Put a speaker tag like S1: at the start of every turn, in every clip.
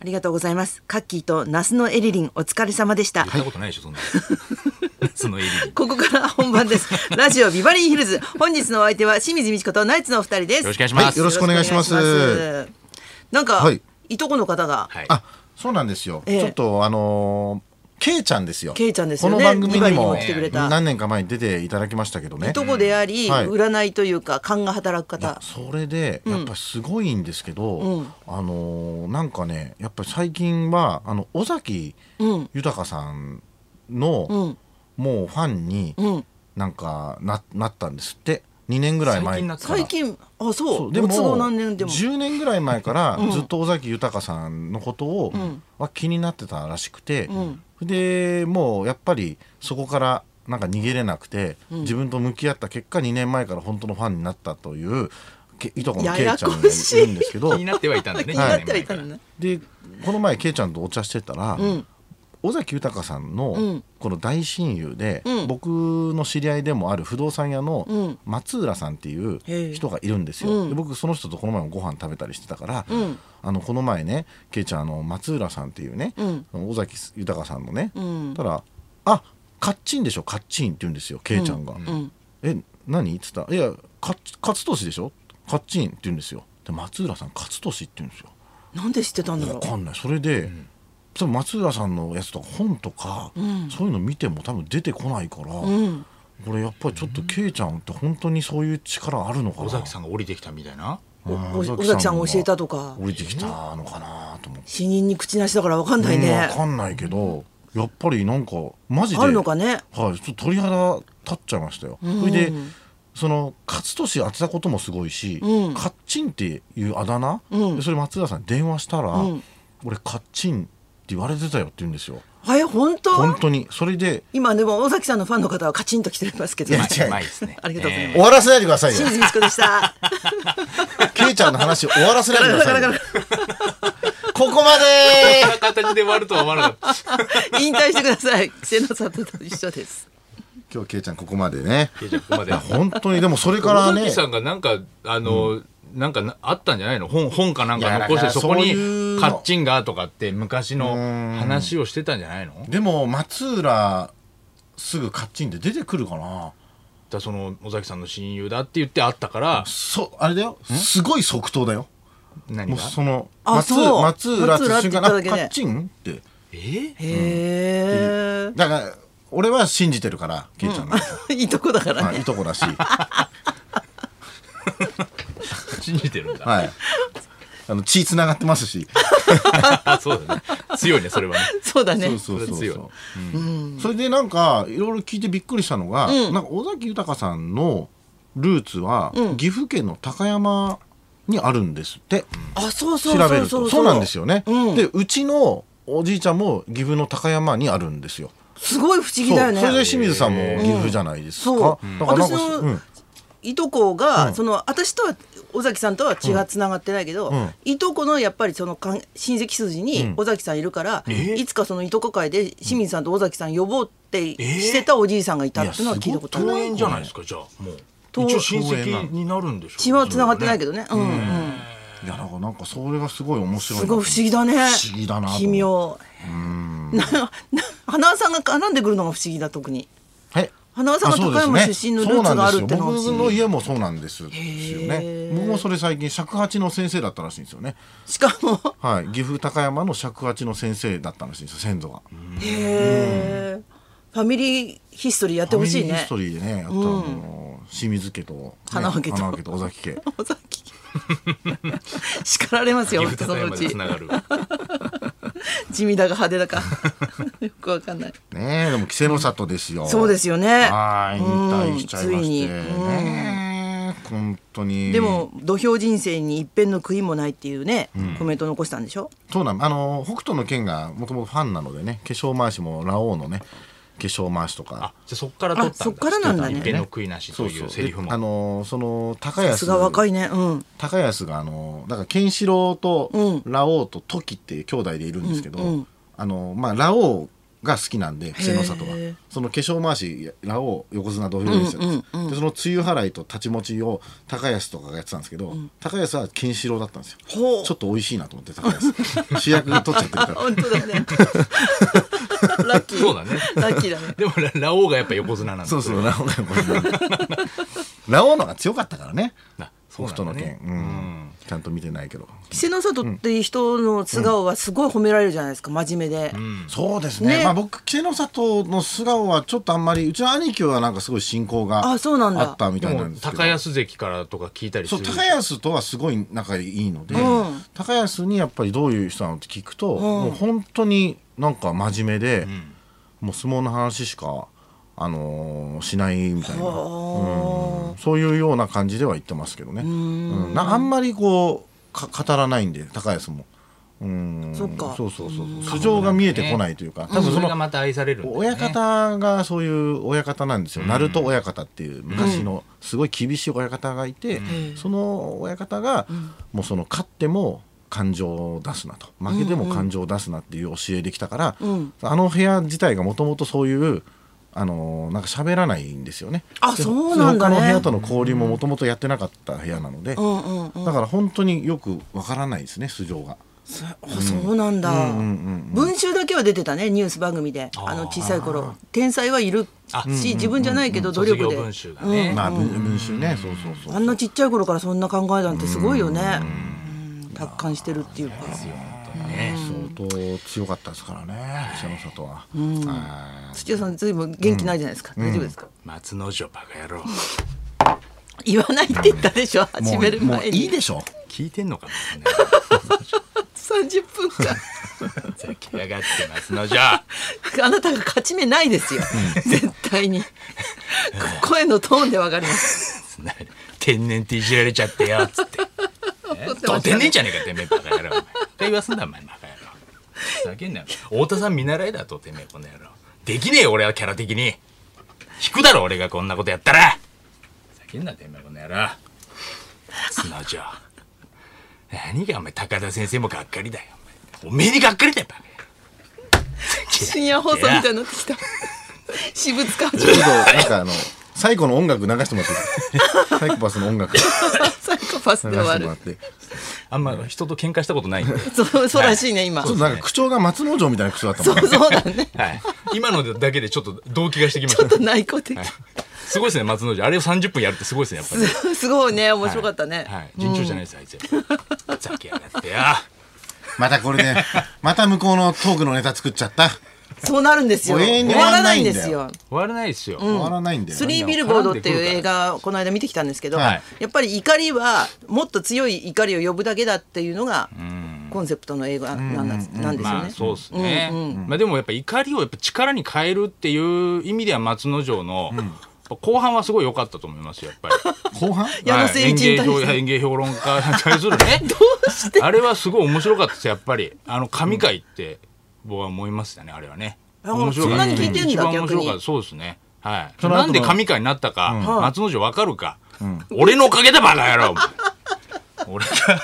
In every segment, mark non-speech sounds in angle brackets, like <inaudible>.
S1: ありがとうございます。カッキーとナスのエリリンお疲れ様でした
S2: 言っ。たことないでしょそんな <laughs> そのエリリンよ
S1: ここから本番です。ラジオビバリーヒルズ。本日のお相手は清水美智子とナイツのお二人です。
S2: ろしくお願いします、
S1: よろ
S3: よろ
S1: し
S3: し
S1: く
S3: く
S1: お
S3: お
S1: 願
S3: 願
S1: い
S3: い
S1: し
S3: し
S1: ま
S3: ます
S1: す。なんか、
S3: はいい、
S1: とこの方が、
S2: はい、
S3: あ、そうなんですよ。
S1: ええ
S3: ちょっとあのー、けいちゃんですよ。
S1: けいちゃんですよね
S3: この番組に
S1: 二
S3: も
S1: 回にも来てくれた
S3: 何年か前に出ていただきましたけどね。
S1: いとこであり、
S3: はい
S1: 占いというか勘が働く
S3: いや
S1: 方。
S3: それでやっぱすごいんですけど、
S1: うん
S3: あのーなんかねやっぱり最近はあの尾崎
S1: うん
S3: 豊さん
S1: う
S3: の、
S1: ん
S3: もうファンに
S1: うん。
S3: なんかななったんですって2年ぐらい前
S2: 最近なった
S1: 最近あそ。
S3: そうう
S1: で
S3: で
S1: も
S3: も
S1: 没後何年でも。
S3: 10年ぐらい前からずっと尾崎豊さんのことを、
S1: ん
S3: は気になってたらしくて、
S1: ん
S3: でもうやっぱりそこからなんか逃げれなくて、
S1: ん
S3: 自分と向き合った結果2年前から本当のファンになったというけいとこの
S1: や
S3: けいちゃ
S1: や
S3: ん
S1: こ <laughs>
S3: が
S1: しい
S3: いるんですけど
S2: 気になってはいたんだね
S1: 気になってはいたのね。
S3: でこの前けいちゃんとお茶してたら、
S1: うん
S3: 尾崎豊さん
S1: うん
S3: のこの大親友で、
S1: うん
S3: 僕の知り合いでもある不動産屋
S1: うん
S3: の松浦さんっていう
S1: へえ
S3: 人がいるんですよ、
S1: うん
S3: で僕その人とこの前もご飯食べたりしてたから、
S1: うん
S3: あのこの前ねけいちゃんあの松浦さんっていうね、
S1: うん
S3: 尾崎豊さんのね、
S1: うん
S3: たら「あカッチンでしょカッチン」って言うんですよけいちゃんが「
S1: ん
S3: え何?」っつったら「いやカッ勝利でしょカッチン」って言うんですよで松浦さん勝利って言うんですよ
S1: なんで知ってたんだろ
S3: わか
S1: うん
S3: ないそれで、その松浦さんのやつとか本とか、そういうの見ても多分出てこないから、
S1: ん
S3: これやっぱりちょっとケイちゃんって本当にそういう力あるのかな
S2: 尾崎さんが降りてきたみたいな
S3: う
S1: お
S3: ん
S1: お尾崎さんが教えたとか
S3: 降りてきたのかなと思って、
S1: 死人に口なしだからわかんない
S3: うんわ
S1: ね。
S3: かんないけどやっぱりなんかマジで
S1: あるのかね。
S3: はい、ちょっと鳥肌立っちゃいましたよ。それでその勝利当てたこともすごいし、
S1: うん
S3: カッチンっていうあだ名、
S1: うん
S3: でそれ松田さんに電話したら、
S1: うん
S3: 俺カッチンって言われてたよって言うんですよ。
S1: はい本当。
S3: 本当にそれで
S1: 今でも尾崎さんのファンの方はカチンと来てますけど。
S3: いや
S2: ま
S3: 違う
S2: あまいですね
S1: <laughs> ありがとうございます
S3: 終わらせないでくださいよ
S1: 清。水美智子で
S3: <laughs>
S1: した。
S3: ケイちゃんの話終わらせないでくださ
S1: <laughs>
S3: いよ
S1: ガラガラガラ。
S3: ここま
S2: えー
S3: で
S2: こんな形で終わるとは思わなかった
S3: <laughs>
S1: 引退してください。瀬野里と一緒です。
S3: 今日ケイちゃんここまでね。
S2: ケイちゃんここまで
S3: いや本当にでもそれから
S2: 尾
S3: ね
S2: 崎。さんがなんかあの、なんかなあったんじゃないの本本かなん
S3: い
S2: か
S3: や
S2: 残して
S3: だから
S2: そこに
S3: そういうの
S2: カッチンがとかって昔の話をしてたんじゃないのだか
S3: でも松浦すぐカッチンって出てくるかな。
S2: らその尾崎さんの親友だって言ってあったから
S3: そうあれだよ。すごい即答だよ。
S2: 何
S3: もう
S2: が
S3: その
S1: あ
S3: 松
S1: そう
S3: 松浦って瞬間
S1: 松浦
S3: あカ
S1: って言っただけで
S3: ッチンって
S2: え
S1: へ
S2: ー
S3: だから俺は信じてるからケイちゃんのこと、
S1: え。いいとこだから
S3: まあ
S1: ね
S3: い。とこ
S1: <laughs>
S3: だし
S2: 信じてるんだ、
S3: はいあの血つながってますし
S2: あ <laughs> そうだね強いねそれはね
S1: そうだね。
S3: そうそうそう
S2: そ
S3: そ
S2: れ
S3: う
S2: は強
S3: うんそれでなんかいろいろ聞いてびっくりしたのが、
S1: うん
S3: なんか尾崎豊さんのルーツは、
S1: うん
S3: 岐阜県の高山にあるんですって
S1: あ、そうそ
S3: 調
S1: う
S3: べ
S1: そ
S3: る
S1: うそ。
S3: とそううなんですよね、
S1: うん
S3: でうちのおじいちゃんも岐阜の高山にあるんですよ
S1: すごい不思議
S3: そう
S1: だよ
S3: それで
S1: ね。
S3: 清水さんも岐阜じゃないですか、
S1: うんそう
S3: だからなんか
S1: 私の
S3: うん
S1: いとこが、
S3: うん
S1: その私とは尾崎さんとは血がつながってないけど、
S3: うん
S1: いとこのやっぱりその関親戚筋
S3: う
S1: に
S3: ん
S1: 尾崎さんいるから、
S2: え
S1: いつかそのいとこ会で清水さんと尾崎さん呼ぼうってしてたおじいさんがいたっていうのは聞いたことある。
S3: いや
S2: 遠いんじゃないですかじゃあも
S1: 遠
S2: う
S1: い
S2: 一応親戚になるんでしょ
S1: 血はつながってないけどね。うん、うん
S3: いやなんかなんかそれがすごい面白い
S1: す
S3: な
S1: ごい不思議だね。
S3: 不思議だなと思って
S1: 奇妙。なな花輪さんが絡んでくるのが不思議だ特に。
S3: はい
S1: 花輪さんが高山出身のルーツがあるっての
S3: の
S1: は不
S3: 僕
S1: 思
S3: の
S1: 議。
S3: 家もそうなんですですよね
S1: へー
S3: 僕もそれ最近尺八の先生だったらしいんですよね
S1: しかも。
S3: はい岐阜高山の尺八の先生だったらしいんですよ先祖が
S1: へえ。ファミリーヒストリーやってほしい
S3: ファミリーヒ
S1: ね
S3: ス。トリーでねやったらもう清水家と、ね、
S1: 花輪家と
S3: 花家と尾崎家
S1: 尾崎 <laughs> 叱られますよ、
S2: 岐
S1: 本当
S2: 阜高
S1: そのう
S2: 山で
S1: ち
S2: つ。ながる
S1: 地味だか派手だか。 <laughs> よくわかんない。
S3: ねえでも稀勢の里ですよ
S1: そうですよね。
S3: はい引退しちゃいま
S1: うん
S3: して
S1: ついに
S3: ねえ本当に
S1: でも、土俵人生に一片の悔いもないっていうね、コメント残したんでしょ
S3: そうなんあの北斗の拳がもともとファンなのでね化粧回しもラオウのね化粧回しと
S2: あ
S3: か
S2: じゃあそっから取ったんだ
S1: あそっからなんだね
S2: 一片の悔いなしというセリフ
S3: であ
S2: も
S3: のその高
S1: さ
S3: 安
S1: すが若いね。うん。
S3: 高安があのだからケンシロウとラオウとトキっていう兄弟でいるんですけど、
S1: うんうん
S3: あのまあラオウが好きなんで稀勢の里は
S1: へえ
S3: その化粧回しらを横綱土俵入りにしてたんです、
S1: うんうんうん
S3: でその梅雨払いと太刀持ちを高安とかがやってたんですけど、高安はケンシロウだったんですよち
S1: ほう
S3: ょっと美味しいなと思って高安主役取っちゃってるから
S1: 本当だ
S3: <laughs>
S1: ねラッキー
S2: そうだね
S1: ラッキーだね
S2: でもララオウがやっぱ横綱なんだ
S3: そうそうラオウが横綱ラオウの方が強かったからね
S2: なそ
S3: 北
S2: うなん
S3: 斗
S2: だ
S3: の
S2: ね
S3: 剣、うんちゃんと見てないけど、
S1: 稀勢の里っていう人の素顔はすごい褒められるじゃないですか真面目で、
S3: そうですね
S1: ね
S3: まあ僕稀勢の里の素顔はちょっとあんまりうちの兄貴はなんかすごい親交があ
S1: あそうなんだ
S3: ったみ
S2: で
S3: たいなん
S2: も
S3: ですけど
S2: 高安関からとか聞いたりす
S3: そう
S2: る
S3: 高安とはすごい仲いいので、
S1: うん
S3: 高安にやっぱりどういう人なのって聞くと、もう本当になんか真面目で、もう相撲の話しか、あのーしないみたいな、
S1: あ
S3: うんそういうような感じでは言ってますけどね、うんなあんまりこうか語らないんで高安も。うん
S1: そっか
S3: そうそうそうそう素性が見えてこないというか多分そ
S2: それ
S3: の
S2: がまた愛されるんだよね
S3: 親方がそういう親方なんですよ、鳴門親方っていう昔のすごい厳しい親方がいて、その親方がもうその勝っても感情を出すなと負けても感情を出すなっていう教えできたから、
S1: ん
S3: あの部屋自体がもともとそういう。あのーなんか喋らないんですよね。
S1: あ
S3: で
S1: そうなんだね
S3: 他の部屋との交流ももともとやってなかった部屋なので、
S1: うんうんうん
S3: だから本当によくわからないですね素性が。
S1: そあそうなんだ、
S3: うんうんうん
S1: 文集だけは出てたねニュース番組で
S2: あー
S1: あの小さい頃天才はいる
S2: あ
S1: し自分じゃないけど努
S2: 卒
S1: 力
S2: 業
S1: で
S2: 文集がね、
S3: まあ文文集ね、そうそうそう。
S1: あんなちっちゃい頃からそんな考えなんてすごいよねうん達観してるっていうか
S2: ね
S3: 相当強かったですからね、稀勢の里は。は
S1: 土屋さんずいぶん元気ないじゃないですか、大丈夫ですか
S2: 松之丞バカ野郎
S1: 言わないって言ったでしょ
S3: いもう
S1: 始める
S3: もう
S1: 前
S3: い
S1: に
S3: いでしょ
S2: 聞いてんのかな
S1: 30分間 <laughs>
S2: ふざけやがって松之丞
S1: あなたが勝ち目ないですよ絶対に声のトーンでわかります
S2: <laughs> 天然っていじられちゃってよつって
S1: 怒って
S2: ど
S1: ま
S2: う
S1: した
S2: て
S1: ね
S2: んねんじゃねえかてめえバカ野郎お前って言わすんだお前バカ野郎ふざけんなよ太田さん見習いだとてめえこの野郎できねえよ俺はキャラ的に引くだろ俺がこんなことやったらふざけんなてめえこの野郎松之丞何がお前高田先生もがっかりだよお前おめえにがっかりだよバカ野郎
S1: 深夜放送みたいになってきた私物化始ま
S3: ちょっ
S1: る
S3: となんかあの、最後の音楽流してもらってい <laughs> いサイコパスの音楽流し
S1: サイコパス
S3: て
S1: で
S3: も
S1: 終わ
S3: ら
S1: る
S3: って。ち
S2: あんま人と喧嘩したことないんで。
S1: そうそうらしいね今
S3: ょっとなんか口調が松之丞みたいな口調だった
S1: そ
S3: もんね
S1: うそうだね。
S2: はい。今のだけでちょっと動機がしてきま
S1: ちょっ
S2: し
S1: と内向的。
S2: た。はい。すごいですね、松之丞。あれを30分やるってすごいですね、やっぱり。
S1: すごいね、面白かったね。
S2: はい。順調じゃないです、あいつ。ふざけやがってよ。
S3: またこれで、また向こうのトークのネタ作っちゃった。
S1: そうなるんですよ。
S3: 永
S1: 終
S3: 遠に
S1: わらないんです
S3: 終わ
S1: よ。
S2: 終わらないですよ。
S3: 終わらないんだよ
S1: ス
S3: ね。
S1: リービルボードっていう映画をこの間見てきたんですけど、
S3: はい
S1: やっぱり怒りはもっと強い怒りを呼ぶだけだっていうのがコンセプトの映画なんなんですなんですよ
S2: まあ
S1: ね。
S2: そうですね、まあでもやっぱ怒りをやっぱ力に変えるっていう意味では松之丞の、やっぱ後半はすごい良かったと思いますよやっ
S1: <laughs>
S2: ぱり。
S3: 後半
S1: 矢野誠一に対して
S2: はい演芸評演芸評論家に対するね <laughs> あれはすごい面白かったですやっぱりあの神回って僕は思いましたねあれはね
S1: あ
S2: 面白かった
S1: そんなに聞いてんだ
S2: 一番面白
S1: 逆
S2: かった
S1: に
S2: そうですねはい
S3: の後の
S2: なんで神回になったか、松之丞わかるか、俺のおかげだバカ
S1: <laughs>
S2: 野郎お前俺が、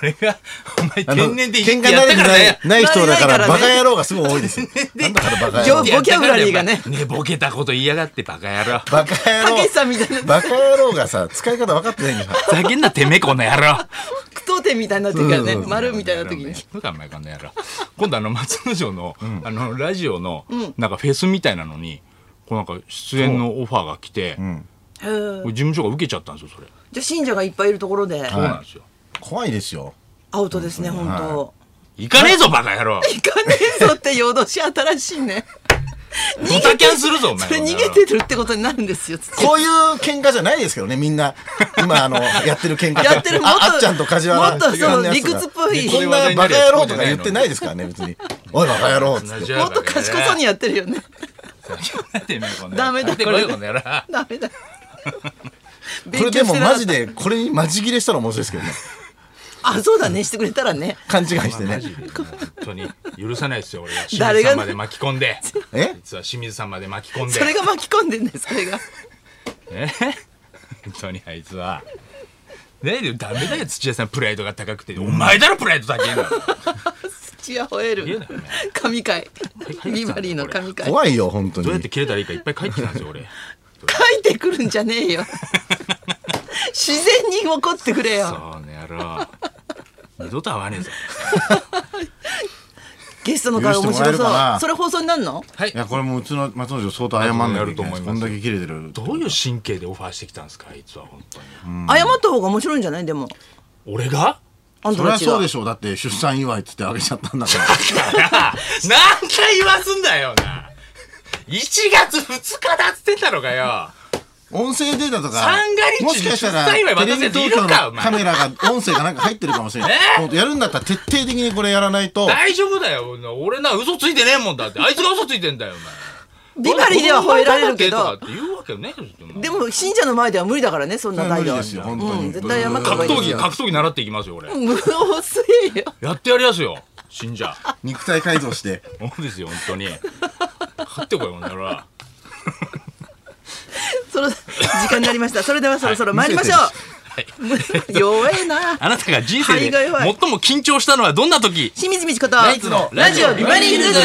S2: 俺が、お前天然で言
S3: 喧
S2: っ
S3: 嘩
S2: てや
S3: にな
S2: っ
S3: る
S2: た
S3: 気
S2: から
S3: な
S2: ね
S3: い。ない人だか
S1: な
S3: ら、
S1: いから
S3: バ
S1: ね
S3: カ野郎がすごい多いです。なんだからバカ野郎。
S1: ボボキャブラリーがね
S2: ね、ボケたこと言いやがってバカ野郎。
S3: バカ野
S1: た
S3: 郎
S1: けし。さんみたいな
S3: バカ野郎がさ、使い方分かってないんだよ。
S2: ふざけんなてめえこの野郎。
S1: 句読点みたいになってるからね
S3: そうそうそう
S1: 丸みたいな時に
S2: やるかお前この野郎今度あの松之丞の、あのラジオのなんかフェスみたいなのに、こうなんか出演のオファーが来て、
S1: へー
S2: 事務所が受けちゃったんですよそれ、
S1: じゃあ信者がいっぱいいるところで
S2: そうなんですよ
S3: 怖いですよ。
S1: アウトですね本当。
S2: 行かねえぞバカ野郎
S1: 行かねえぞって夜通し新しいね。
S2: ドタキャンするぞお前
S1: それ逃げてるってことになるんですよ。
S3: こういう喧嘩じゃないですけどね、みんな。今、あの、やってる喧嘩。
S1: やってるもっと
S3: ああっちゃんと梶原。
S1: もっとその理屈っぽい
S3: こんなバカ野郎とか言ってないですからね、別に。おい、バカ野郎っつって。
S1: もっと賢そうに
S2: や
S1: やってるよね。ダメだ
S2: こ
S1: これ
S2: れこの野郎
S1: ダメ
S3: <laughs>
S1: だ。
S3: これでもマジ
S1: で。
S3: で、これにマジ切れしたら面白いですけどね。
S1: あ、そうだね、してくれたらね。
S3: 勘違いして
S2: マ
S3: ね。
S2: ジでもう本当に許さないですよ俺は清水
S1: 誰が
S2: さんまで巻き込んで
S3: え
S2: 実は清水さんまで巻き込んで
S1: それが巻き込んでんです、それが。
S2: え本当にあいつは。ねえでもダメだよ土屋さんプライドが高くて、お前だろプライド高いの
S1: ちや吠え
S2: 言う
S1: る
S2: なよね
S1: 神回ビバリーの神回
S3: 怖いよ本当に
S2: どうやって切れたらいいかいっぱい書いてきたんですよ俺
S1: 書いてくるんじゃね
S3: <laughs>
S1: えよ自然に怒ってくれよ
S2: そうねやろう二度と会わねえぞ
S1: ゲストの会面白
S3: 許して
S1: そ
S3: もらえるか
S1: う
S3: な
S1: それ放送になるの
S2: はい
S3: いやこれもううちの松之丞相当謝んなきゃいけ
S2: や
S3: ないですこ
S2: ると思います
S3: んだけ切れてる
S2: どういう神経でオファーしてきたんですかあいつは本当に
S1: 謝った方が面白いんじゃないでも
S2: 俺が
S1: あん
S3: そ
S1: た
S3: り
S1: た
S3: ゃ
S1: ち
S3: そう
S1: が
S3: でしょうだって出産祝いっつってあげちゃったんだから
S2: なあ何回言わすんだよな1月2日だっつってたのかよ
S3: 音声データとか
S2: 三が日に
S3: もしかしたら
S2: 出産祝い
S3: テレ
S2: 渡せ
S3: ビ
S2: てい
S3: 東
S2: るか
S3: 京
S2: お
S3: の
S2: 前
S3: カメラが音声がなんか入ってるかもしれない
S2: えー
S3: もうやるんだったら徹底的にこれやらないと
S2: 大丈夫だよ俺な嘘ついてねえもんだってあいつが嘘ついてんだよお
S1: ビ
S2: 前
S1: バリーでは吠えられるけ
S2: とか
S1: ど
S2: って言うわけねえよ
S1: でも信者の前では無理だからねそんな態
S3: 無理
S1: 度
S3: ですよ本当に、
S1: うん絶対謝った方
S2: 格
S1: がいい
S2: 闘
S1: です
S2: 技
S1: よ
S2: 格闘技習っていきますよ俺
S1: 無をせえよ
S2: やってやりやすよ信者
S3: 肉体改造して
S2: そうですよ本当に勝ってこいよほんなら
S1: その時間になりましたそれではそろそろ参りましょ <laughs>
S2: はい、
S1: う弱えな
S2: あなたが人生
S1: 肺
S2: で
S1: が弱い
S2: 最も緊張したのはどんな時
S1: 清水美智子と
S3: ナイツの
S1: ラジオビバリーヒルズ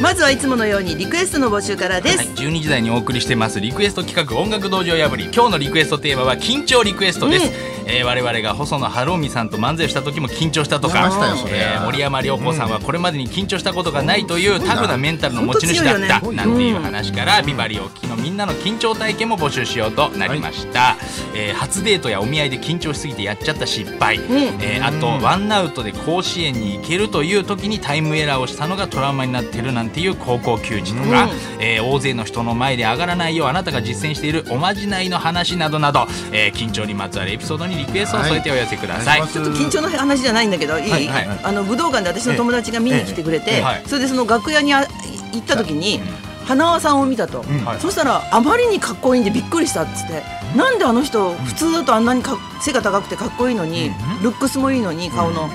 S1: まずはいつものようにリクエストの募集からです、
S2: はい、12時台にお送りしてますリクエスト企画音楽道場破り今日のリクエストテーマは緊張リクエストです、えー我々が細野晴臣さんと漫才をした時も緊張したとか
S3: やりましたよそれ
S2: えー森山良子さんはこれまでに緊張したことがないというタフなメンタルの持ち主だった
S1: 本当強いよね
S2: なんていう話からビバリーお聞きのみんなの緊張体験も募集しようとなりました、えー初デートやお見合いで緊張しすぎてやっちゃった失敗、えーあとワンアウトで甲子園に行けるという時にタイムエラーをしたのがトラウマになってるなんていう高校球児と
S1: う
S2: か、
S1: ん
S2: えー大勢の人の前で上がらないようあなたが実践しているおまじないの話などなど、えー緊張にまつわるエピソードにリクエストを添えてお寄せください。
S3: お願いします
S1: 緊張の話じゃないんだけどいい、
S2: はいはい
S1: あの武道館で私の友達が見に来てくれて、
S2: ええええはい
S1: それでその楽屋にあ行った時に花輪さんを見たと、
S2: はい
S1: そしたらあまりにかっこいいんでびっくりしたっつって、なんであの人普通だとあんなにか背が高くてかっこいいのに、ルックスもいいのに顔の、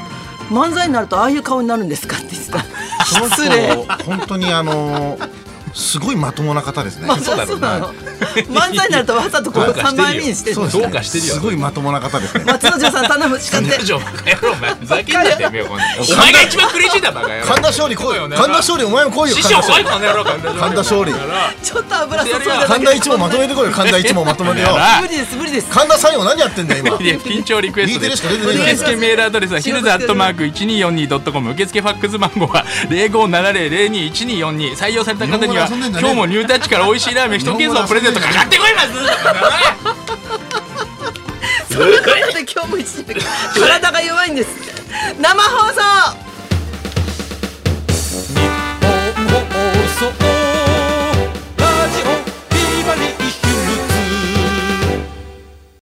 S1: 漫才になるとああいう顔になるんですかって言ってた
S3: その
S1: 失礼
S3: 人本当にあのすごいまともな方ですね
S1: まあ
S2: そうだろ
S1: そうう
S2: な
S1: なの漫才になるとわざとこう
S2: どうかし
S1: 3
S2: てるよ
S1: 枚目にしてる
S3: そうですね
S2: どうかしてるよ
S3: すごいまともな方ですね
S1: 松之丞さん頼むしかって
S2: 彼女バカ野郎お前ふざけんなてめえよこんなお前が一番苦しいだバカ野郎
S3: 神田勝利来いよ神田勝利お前も来いよ
S2: 師匠おいこの野郎神田
S3: 神田勝利
S1: ちょっと油注いで
S3: 神田一もまとめてこいよ神田一もまとめてよ
S1: 無理です無理です
S3: 神田三陽何やってんだよ今
S2: で緊張リクエストです
S3: 聞いてるしか出てな
S2: 受
S3: い
S2: 付メールアドレスはヒルズアットマーク 1242.com 受付ファックス番号は0570021242採用された方には、
S3: 日本語で遊んでんだね
S2: 今日もニュータッチから美味しいラーメン一ケースをプレゼントかかってこいます
S1: そんなことで今日も一時体が弱いんです生放送
S2: 放送